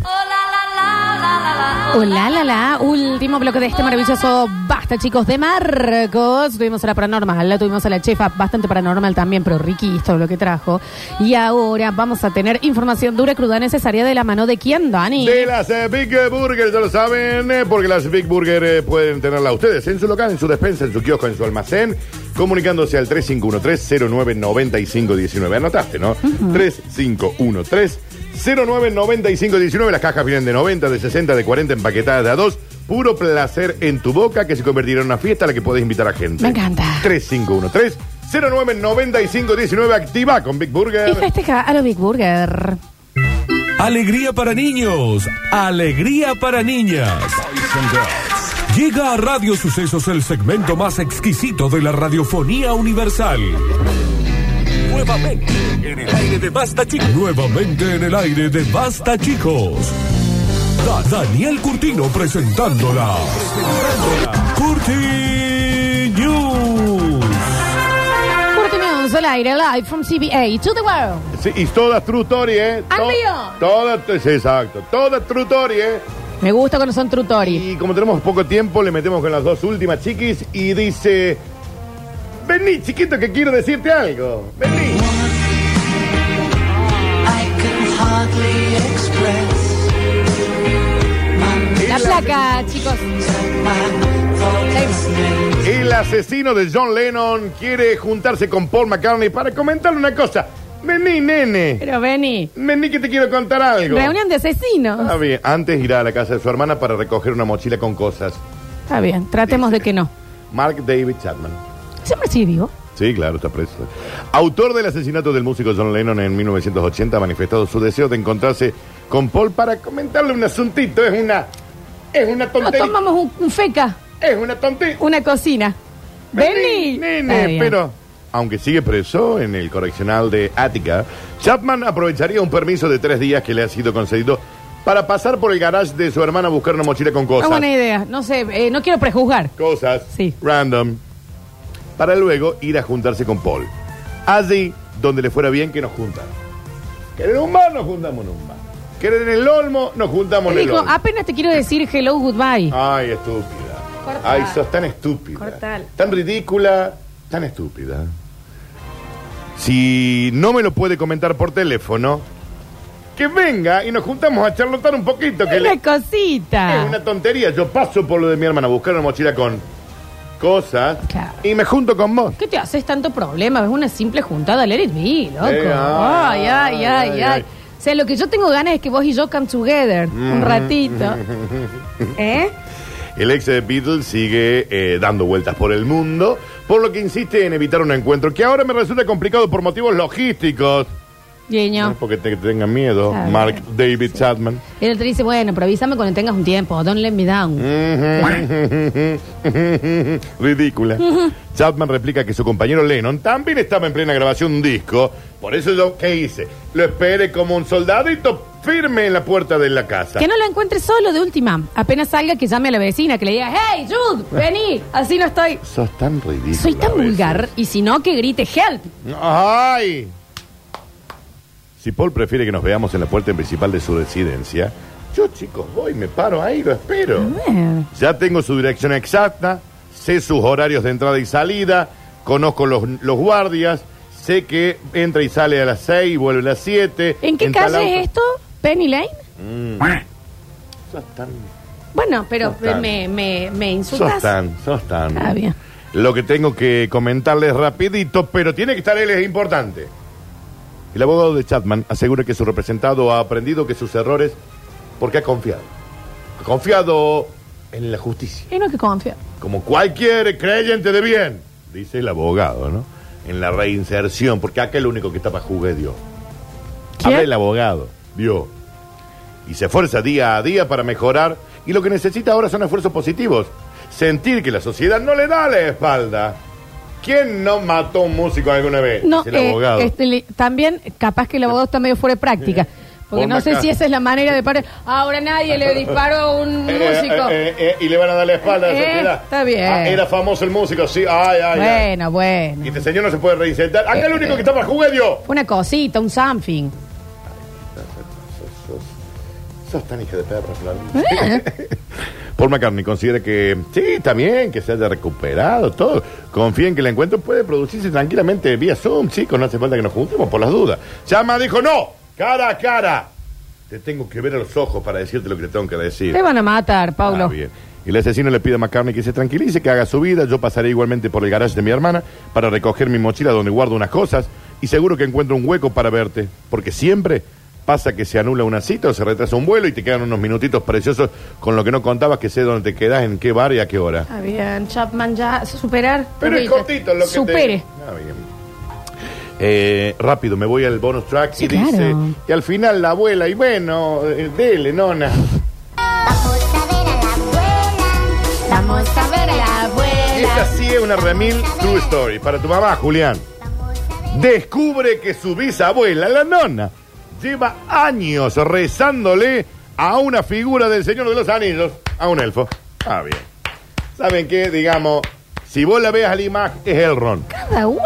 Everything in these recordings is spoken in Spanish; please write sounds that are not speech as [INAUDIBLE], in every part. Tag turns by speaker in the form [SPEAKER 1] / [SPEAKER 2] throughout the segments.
[SPEAKER 1] Oh, Hola, la, la, último bloque de este maravilloso Basta, chicos, de Marcos. Tuvimos a la paranormal, la tuvimos a la chefa, bastante paranormal también, pero riquis todo lo que trajo. Y ahora vamos a tener información dura, cruda, necesaria de la mano de quién, Dani.
[SPEAKER 2] De las eh, Big Burger, ya lo saben, eh, porque las Big Burger eh, pueden tenerla ustedes en su local, en su despensa, en su kiosco, en su almacén, comunicándose al 3513-099519. Anotaste, ¿no? 3513-099519. Las cajas vienen de 90, de 60, de 40, empaquetadas de a dos. Puro placer en tu boca que se convertirá en una fiesta a la que podés invitar a gente.
[SPEAKER 1] Me encanta.
[SPEAKER 2] 3513-099519. Activa con Big
[SPEAKER 1] Y
[SPEAKER 2] Burger.
[SPEAKER 1] festeja a los Big Burger.
[SPEAKER 3] Alegría para niños, alegría para niñas. Llega a Radio Sucesos el segmento más exquisito de la radiofonía universal. Nuevamente en el aire de Basta Chicos. Nuevamente en el aire de Basta Chicos. Da- Daniel Curtino presentándola. Curti News.
[SPEAKER 1] Curti News al aire, live from CBA to the world.
[SPEAKER 2] Sí, y todas true story, ¿eh?
[SPEAKER 1] Al
[SPEAKER 2] To-
[SPEAKER 1] lío.
[SPEAKER 2] Todas, sí, exacto. Todas true story, ¿eh?
[SPEAKER 1] Me gusta cuando son Trutori.
[SPEAKER 2] Y como tenemos poco tiempo, le metemos con las dos últimas chiquis y dice: Vení, chiquito, que quiero decirte algo. Vení.
[SPEAKER 4] I can hardly express
[SPEAKER 1] La placa, chicos.
[SPEAKER 4] my thoughtless name.
[SPEAKER 2] El asesino de John Lennon quiere juntarse con Paul McCartney para comentarle una cosa. Vení, nene.
[SPEAKER 1] Pero Benny,
[SPEAKER 2] Vení, que te quiero contar algo.
[SPEAKER 1] reunión de
[SPEAKER 2] Está
[SPEAKER 1] asesinos.
[SPEAKER 2] bien, antes irá a la casa de su hermana para recoger una mochila con cosas.
[SPEAKER 1] Está bien, tratemos de que no.
[SPEAKER 2] Mark David Chapman.
[SPEAKER 1] Siempre sigue vivo.
[SPEAKER 2] Sí, claro, está preso. Autor del asesinato del músico John Lennon en 1980 ha manifestado su deseo de encontrarse con Paul para comentarle un asuntito. Es una. Es una
[SPEAKER 1] No
[SPEAKER 2] tontería.
[SPEAKER 1] tomamos un, un feca,
[SPEAKER 2] Es una tontería.
[SPEAKER 1] una cocina. Benny. Está
[SPEAKER 2] Nene,
[SPEAKER 1] bien.
[SPEAKER 2] pero. Aunque sigue preso en el correccional de Ática, Chapman aprovecharía un permiso de tres días que le ha sido concedido para pasar por el garage de su hermana a buscar una mochila con
[SPEAKER 1] No
[SPEAKER 2] cosas.
[SPEAKER 1] buena idea. No sé, eh, no quiero prejuzgar.
[SPEAKER 2] cosas
[SPEAKER 1] Sí.
[SPEAKER 2] random para luego ir a juntarse con Paul. Allí donde le fuera bien que nos juntan. Que en un bar nos juntamos en un bar. Que en el olmo nos juntamos en el
[SPEAKER 1] Dijo,
[SPEAKER 2] olmo.
[SPEAKER 1] apenas te quiero decir hello, goodbye.
[SPEAKER 2] Ay, estúpida.
[SPEAKER 1] Corta.
[SPEAKER 2] Ay, sos tan estúpida.
[SPEAKER 1] Cortala.
[SPEAKER 2] Tan ridícula, tan estúpida. Si no me lo puede comentar por teléfono, que venga y nos juntamos a charlotar un poquito. Que le-
[SPEAKER 1] una cosita.
[SPEAKER 2] es una tontería. Yo paso por lo de mi hermana a buscar una mochila con cosas
[SPEAKER 1] Claro.
[SPEAKER 2] y me junto con vos.
[SPEAKER 1] ¿Qué te haces tanto problema? Es una simple juntada, let it be, loco.
[SPEAKER 2] Eh, ay,
[SPEAKER 1] ay, ay, ay,
[SPEAKER 2] ay,
[SPEAKER 1] ay,
[SPEAKER 2] ay. Mm.
[SPEAKER 1] O sea, lo que yo tengo ganas es que vos y yo come together un
[SPEAKER 2] [LAUGHS]
[SPEAKER 1] ratito. ¿Eh?
[SPEAKER 2] El ex de Beatles sigue eh, dando vueltas por el mundo, por lo que insiste en evitar un encuentro que ahora me resulta complicado por motivos logísticos. No
[SPEAKER 1] Guiño.
[SPEAKER 2] es porque te, tengan miedo,
[SPEAKER 1] Claro.
[SPEAKER 2] Mark David Chapman. [LAUGHS]
[SPEAKER 1] Y el otro dice, bueno, pero avísame cuando tengas un tiempo. Don't let me down. [LAUGHS]
[SPEAKER 2] Mm. Ridícula. Chapman replica que su compañero Lennon también estaba en plena grabación de un disco. Por eso yo, ¿qué hice? Lo esperé como un soldadito firme en la puerta de la casa.
[SPEAKER 1] Que no lo encuentre solo de última. Apenas salga, que llame a la vecina, que le diga, hey, Jude, vení. Así no estoy.
[SPEAKER 2] Sos tan ridículo.
[SPEAKER 1] Soy tan
[SPEAKER 2] a veces.
[SPEAKER 1] vulgar. Y si no, que grite, help.
[SPEAKER 2] ¡Ay! Si Paul prefiere que nos veamos en la puerta principal de su residencia, yo, chicos, voy, me paro ahí, lo espero.
[SPEAKER 1] Eh,
[SPEAKER 2] Ya tengo su dirección exacta, sé sus horarios de entrada y salida, conozco los, los guardias, sé que entra y sale a las 6 y vuelve a las 7.
[SPEAKER 1] ¿En qué calle es esto? ¿Penny Lane?
[SPEAKER 2] Sos tan,
[SPEAKER 1] Bueno, pero
[SPEAKER 2] Total.
[SPEAKER 1] me, me, me
[SPEAKER 2] sos
[SPEAKER 1] insultas.
[SPEAKER 2] tan, sos tan.
[SPEAKER 1] Está bien.
[SPEAKER 2] Lo que tengo que comentarles rapidito, pero tiene que estar él, es importante. El abogado de Chapman asegura que su representado ha aprendido que sus errores porque ha confiado. Ha confiado en la justicia.
[SPEAKER 1] Y no que confío.
[SPEAKER 2] como cualquier creyente de bien, dice el abogado, ¿no? En la reinserción, porque acá el único que está para jugar es Dios.
[SPEAKER 1] ¿Quién?
[SPEAKER 2] Habla el abogado, Dios. Y se esfuerza día a día para mejorar, y lo que necesita ahora son esfuerzos positivos. Sentir que la sociedad no le da la espalda. ¿Quién no mató a un músico alguna vez?
[SPEAKER 1] No,
[SPEAKER 2] Dice el
[SPEAKER 1] eh,
[SPEAKER 2] abogado.
[SPEAKER 1] este, le- también capaz que el abogado está medio fuera de
[SPEAKER 2] [LAUGHS]
[SPEAKER 1] práctica. Porque
[SPEAKER 2] Vos
[SPEAKER 1] no sé
[SPEAKER 2] marcás.
[SPEAKER 1] si esa es la manera de parar. Ahora nadie le disparó a un
[SPEAKER 2] [LAUGHS] Eh,
[SPEAKER 1] músico.
[SPEAKER 2] eh, eh, eh, y le van a dar la espalda a la
[SPEAKER 1] Eh,
[SPEAKER 2] sociedad.
[SPEAKER 1] está bien.
[SPEAKER 2] Ah, era famoso el músico, sí. Ay, ay, ay.
[SPEAKER 1] bueno, Eh, bueno.
[SPEAKER 2] Y este señor no se puede reinsertar. Acá el único que está para jugar es Dios.
[SPEAKER 1] Una cosita, un something.
[SPEAKER 2] Sos tan hija de perra, Flor.
[SPEAKER 1] ¿Eh?
[SPEAKER 2] Paul McCartney considera que sí, está bien, que se haya recuperado, todo. Confía en que el encuentro puede producirse tranquilamente vía Zoom, chicos, no hace falta que nos juntemos por las dudas. Llama dijo, no, cara a cara. Te tengo que ver a los ojos para decirte lo que te tengo que decir.
[SPEAKER 1] Te van a matar, Paulo.
[SPEAKER 2] Ah, bien. Y el asesino le pide a McCartney que se tranquilice, que haga su vida. Yo pasaré igualmente por el garage de mi hermana para recoger mi mochila donde guardo unas cosas y seguro que encuentro un hueco para verte. Porque siempre pasa que se anula una cita o se retrasa un vuelo y te quedan unos minutitos preciosos con lo que no contabas, que sé dónde te quedas, en qué bar y a qué hora.
[SPEAKER 1] Está Ah, bien, Chapman, ya superar.
[SPEAKER 2] Pero es cortito lo que te-
[SPEAKER 1] Supere.
[SPEAKER 2] Ah, bien. Eh, rápido, me voy al bonus track
[SPEAKER 1] Sí,
[SPEAKER 2] y dice,
[SPEAKER 1] claro.
[SPEAKER 2] y al final la abuela, y bueno, eh, dele, nona.
[SPEAKER 5] Vamos a ver a la abuela. Vamos a ver a la
[SPEAKER 2] Esta
[SPEAKER 5] abuela.
[SPEAKER 2] sí es una remil True Story para tu mamá, Julián. Descubre que su bisabuela, la nona, lleva años rezándole a una figura del Señor de los Anillos, a un elfo. Ah, bien. ¿Saben qué? Digamos, si vos la ves a la imagen, es Elrond.
[SPEAKER 1] Cada uno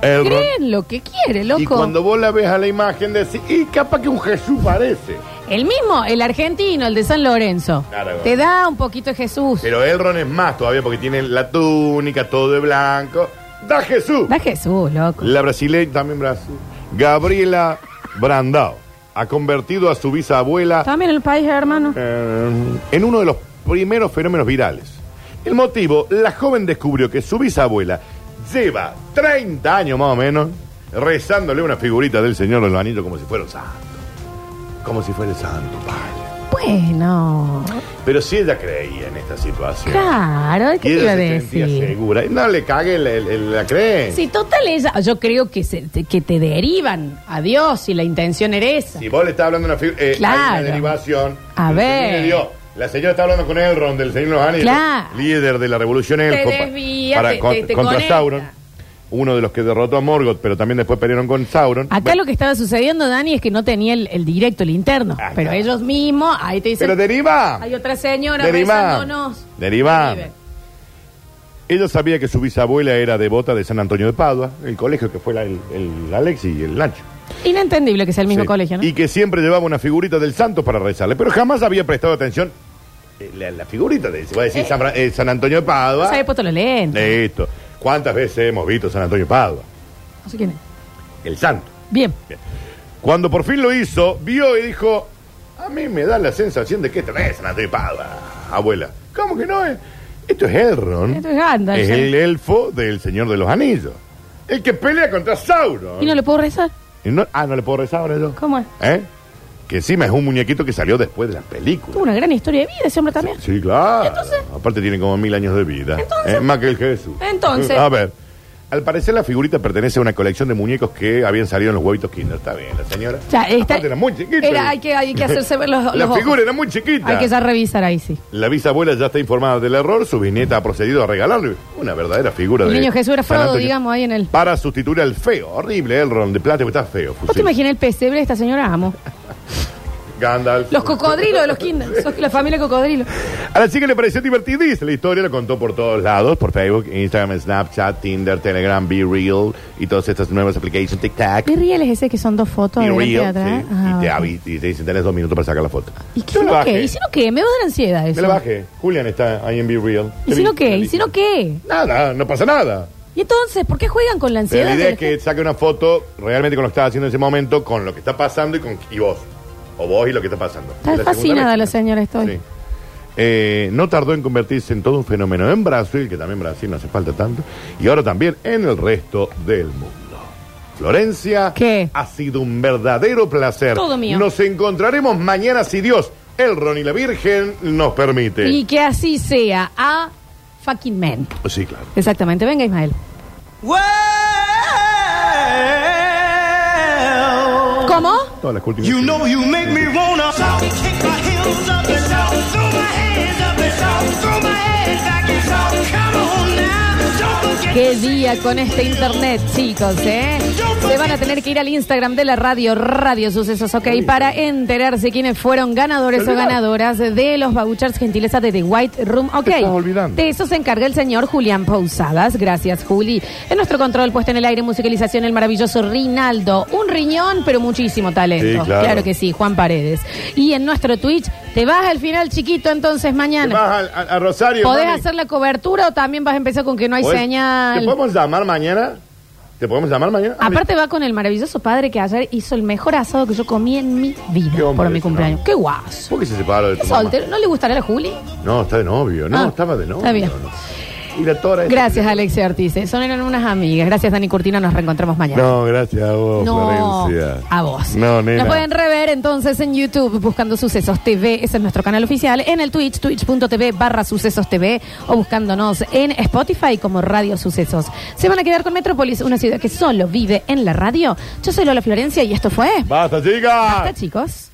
[SPEAKER 2] El
[SPEAKER 1] cree en lo que quiere, loco.
[SPEAKER 2] Y cuando vos la ves a la imagen, decís, y capaz que un Jesús parece.
[SPEAKER 1] El mismo, el argentino, el de San Lorenzo.
[SPEAKER 2] Claro.
[SPEAKER 1] Te da un poquito de Jesús.
[SPEAKER 2] Pero Elrond es más todavía porque tiene la túnica, todo de blanco. ¡Da Jesús!
[SPEAKER 1] Da Jesús, loco.
[SPEAKER 2] La brasileña, también Brasil. Gabriela Brandao ha convertido a su bisabuela
[SPEAKER 1] También el país, hermano.
[SPEAKER 2] eh, en uno de los primeros fenómenos virales. El motivo, la joven descubrió que su bisabuela lleva 30 años más o menos rezándole una figurita del Señor de los Anillos como si fuera un santo. Como si fuera el santo, padre.
[SPEAKER 1] Bueno,
[SPEAKER 2] Pero si ella creía en esta situación.
[SPEAKER 1] claro,
[SPEAKER 2] Y
[SPEAKER 1] ¿qué te iba
[SPEAKER 2] ella
[SPEAKER 1] a
[SPEAKER 2] se sentía
[SPEAKER 1] decir?
[SPEAKER 2] segura. No le cague el- el- el- la creencia.
[SPEAKER 1] Sí, total, ella, yo creo que, se- te- que te derivan a Dios y la intención era esa.
[SPEAKER 2] Si vos le estás hablando una figura, eh,
[SPEAKER 1] Claro.
[SPEAKER 2] hay una derivación.
[SPEAKER 1] A
[SPEAKER 2] El
[SPEAKER 1] ver.
[SPEAKER 2] señor le dio. La señora está hablando con Elrond, del señor Los Anillos,
[SPEAKER 1] Claro.
[SPEAKER 2] líder de la revolución elfo, pa-
[SPEAKER 1] desvía,
[SPEAKER 2] para
[SPEAKER 1] te-
[SPEAKER 2] con-
[SPEAKER 1] te- te
[SPEAKER 2] contra
[SPEAKER 1] conecta.
[SPEAKER 2] Sauron, uno de los que derrotó a Morgoth, pero también después pelearon con Sauron.
[SPEAKER 1] Acá
[SPEAKER 2] Bueno,
[SPEAKER 1] lo que estaba sucediendo, Dani, es que no tenía el, el directo, el interno.
[SPEAKER 2] Ah,
[SPEAKER 1] pero
[SPEAKER 2] claro.
[SPEAKER 1] ellos mismos, ahí te dicen,
[SPEAKER 2] pero deriva.
[SPEAKER 1] hay otra señora
[SPEAKER 2] Derivá.
[SPEAKER 1] besándonos.
[SPEAKER 2] Derivá.
[SPEAKER 1] Derive.
[SPEAKER 2] Ella sabía que su bisabuela era devota de San Antonio de Padua, el colegio que fue la- el, el Alex y el Nacho.
[SPEAKER 1] Inentendible que sea el mismo
[SPEAKER 2] Sí.
[SPEAKER 1] colegio, ¿no?
[SPEAKER 2] Y que siempre llevaba una figurita del santo para rezarle, pero jamás había prestado atención eh, la, la figurita de, voy a decir San, Fra- eh, San Antonio de Padua.
[SPEAKER 1] Se había puesto los lentes.
[SPEAKER 2] Listo. ¿Cuántas veces hemos visto San Antonio de Padua?
[SPEAKER 1] No sé quién es.
[SPEAKER 2] El santo.
[SPEAKER 1] Bien.
[SPEAKER 2] Cuando por fin lo hizo, vio y dijo, a mí me da la sensación de que esta no es San Antonio de Padua, abuela. ¿Cómo que no es? Esto es Elrond.
[SPEAKER 1] Esto es Gandalf.
[SPEAKER 2] Es el elfo del Señor de los Anillos. El que pelea contra Sauron.
[SPEAKER 1] ¿Y no le puedo rezar?
[SPEAKER 2] Y no- ah, no le puedo rezar ahora yo.
[SPEAKER 1] ¿Cómo es?
[SPEAKER 2] ¿Eh? Que encima es un muñequito que salió después de la película.
[SPEAKER 1] Tuvo una gran historia de vida ese hombre también.
[SPEAKER 2] Sí, claro.
[SPEAKER 1] Entonces-
[SPEAKER 2] Aparte tiene como mil años de vida.
[SPEAKER 1] Entonces-
[SPEAKER 2] Eh, Más que el Jesús.
[SPEAKER 1] Entonces-
[SPEAKER 2] A ver. Al parecer la figurita pertenece a una colección de muñecos que habían salido en los huevitos kinder. Está bien, la señora.
[SPEAKER 1] Ya, está-
[SPEAKER 2] Aparte era muy chiquita.
[SPEAKER 1] Era- hay, que, hay que hacerse ver los,
[SPEAKER 2] la
[SPEAKER 1] los ojos.
[SPEAKER 2] figura era muy chiquita.
[SPEAKER 1] Hay que ya revisar ahí, sí.
[SPEAKER 2] La bisabuela ya está informada del error. Su bisnieta ha procedido a regalarle una verdadera figura
[SPEAKER 1] El
[SPEAKER 2] de
[SPEAKER 1] niño Jesús era
[SPEAKER 2] San
[SPEAKER 1] Frodo,
[SPEAKER 2] Antonio.
[SPEAKER 1] digamos, ahí en el-
[SPEAKER 2] Para sustituir al feo, horrible Elrond de plata, que está feo.
[SPEAKER 1] ¿Vos te
[SPEAKER 2] fusil.
[SPEAKER 1] imaginas el pesebre de esta señora Amo?
[SPEAKER 2] Gandalf. [LAUGHS]
[SPEAKER 1] Los cocodrilos de los kinders. Sos la familia cocodrilo.
[SPEAKER 2] A la chica le pareció divertidísima la historia, la contó por todos lados, por Facebook, Instagram, Snapchat, Tinder, Telegram, Be Real y todas estas nuevas aplications, TikTok.
[SPEAKER 1] ¿Qué rieles ese que son dos fotos?
[SPEAKER 2] Be
[SPEAKER 1] adelante y
[SPEAKER 2] Real,
[SPEAKER 1] atrás?
[SPEAKER 2] sí.
[SPEAKER 1] Ah,
[SPEAKER 2] y, te,
[SPEAKER 1] bueno.
[SPEAKER 2] avi- y te dicen, tenés dos minutos para sacar la foto.
[SPEAKER 1] ¿Y qué?
[SPEAKER 2] Yo la
[SPEAKER 1] ¿Hicieron
[SPEAKER 2] bajé,
[SPEAKER 1] qué? ¿Hicieron qué? Me va a dar ansiedad eso.
[SPEAKER 2] Me la bajé. Julian está ahí en Be Real.
[SPEAKER 1] ¿Hicieron qué?
[SPEAKER 2] Feliz.
[SPEAKER 1] ¿Hicieron qué?
[SPEAKER 2] Nada, no pasa nada.
[SPEAKER 1] ¿Y entonces por qué juegan con la
[SPEAKER 2] Pero
[SPEAKER 1] ansiedad?
[SPEAKER 2] la idea
[SPEAKER 1] de
[SPEAKER 2] es que saque una foto realmente con lo que estás haciendo en ese momento, con lo que está pasando y con y vos. O vos y lo que está pasando.
[SPEAKER 1] Está
[SPEAKER 2] Es la segunda
[SPEAKER 1] fascinada
[SPEAKER 2] vez.
[SPEAKER 1] la señora, estoy.
[SPEAKER 2] Sí. Eh, no tardó en convertirse en todo un fenómeno en Brasil, que también Brasil no hace falta tanto, y ahora también en el resto del mundo. Florencia,
[SPEAKER 1] ¿Qué?
[SPEAKER 2] ha sido un verdadero placer.
[SPEAKER 1] Todo mío.
[SPEAKER 2] Nos encontraremos mañana si Dios, el Ron y la Virgen nos permite.
[SPEAKER 1] Y que así sea. A fucking men.
[SPEAKER 2] Sí, claro.
[SPEAKER 1] Exactamente. Venga, Ismael. ¿Cómo?
[SPEAKER 2] Todas las cultivas.
[SPEAKER 6] You know you make me wanna shout, kick my heels up and shout, throw my hands up and shout, throw my head back and shout. Come on now, don't forget
[SPEAKER 1] Qué
[SPEAKER 6] to sing.
[SPEAKER 1] día con este internet, chicos, ¿eh?
[SPEAKER 6] Don't
[SPEAKER 1] Se van a tener que ir al Instagram de la radio, Radio Sucesos, ok, para enterarse quiénes fueron ganadores o
[SPEAKER 2] Olvidar.
[SPEAKER 1] ganadoras de los vouchers gentileza de The White Room, ok.
[SPEAKER 2] Te estás olvidando.
[SPEAKER 1] De eso se encarga el señor Julián Pausadas. Gracias, Juli. En nuestro control, puesto en el aire, musicalización, el maravilloso Rinaldo. Un riñón, pero muchísimo talento.
[SPEAKER 2] Sí, claro.
[SPEAKER 1] que sí, Juan Paredes. Y en nuestro Twitch, te vas al final chiquito entonces
[SPEAKER 2] Te
[SPEAKER 1] mañana.
[SPEAKER 2] vas al- a, a Rosario.
[SPEAKER 1] ¿Podés
[SPEAKER 2] mami.
[SPEAKER 1] hacer la cobertura o también vas a empezar con que no hay
[SPEAKER 2] ¿Podés- Pues, ¿Te
[SPEAKER 1] señal?
[SPEAKER 2] podemos llamar mañana? ¿Te podemos llamar mañana? Ah,
[SPEAKER 1] Aparte va con el maravilloso padre que ayer hizo el mejor asado que yo comí en mi vida
[SPEAKER 2] Qué hombre
[SPEAKER 1] por mi
[SPEAKER 2] ese,
[SPEAKER 1] cumpleaños.
[SPEAKER 2] ¿no?
[SPEAKER 1] Qué
[SPEAKER 2] mi-
[SPEAKER 1] guaso.
[SPEAKER 2] ¿Por qué se separó de tu
[SPEAKER 1] ¿Es
[SPEAKER 2] mamá?
[SPEAKER 1] soltero? ¿No le gustará a Juli?
[SPEAKER 2] No, está de novio. No,
[SPEAKER 1] Ah,
[SPEAKER 2] estaba de novio.
[SPEAKER 1] está bien.
[SPEAKER 2] Y la tora esa-
[SPEAKER 1] Gracias, Alexia Ortiz. eh. Son eran unas amigas. Gracias, Dani Curtino. Nos reencontramos mañana.
[SPEAKER 2] No, gracias a vos,
[SPEAKER 1] No,
[SPEAKER 2] Florencia.
[SPEAKER 1] a vos.
[SPEAKER 2] No, nena.
[SPEAKER 1] Nos pueden rever entonces en YouTube buscando Sucesos TV, ese es nuestro canal oficial, en el Twitch, twitch.tv barra Sucesos TV o buscándonos en Spotify como Radio Sucesos. Se van a quedar con Metrópolis, una ciudad que solo vive en la radio. Yo soy Lola Florencia y esto fue...
[SPEAKER 2] ¡Basta, chicas!
[SPEAKER 1] Hasta chicos.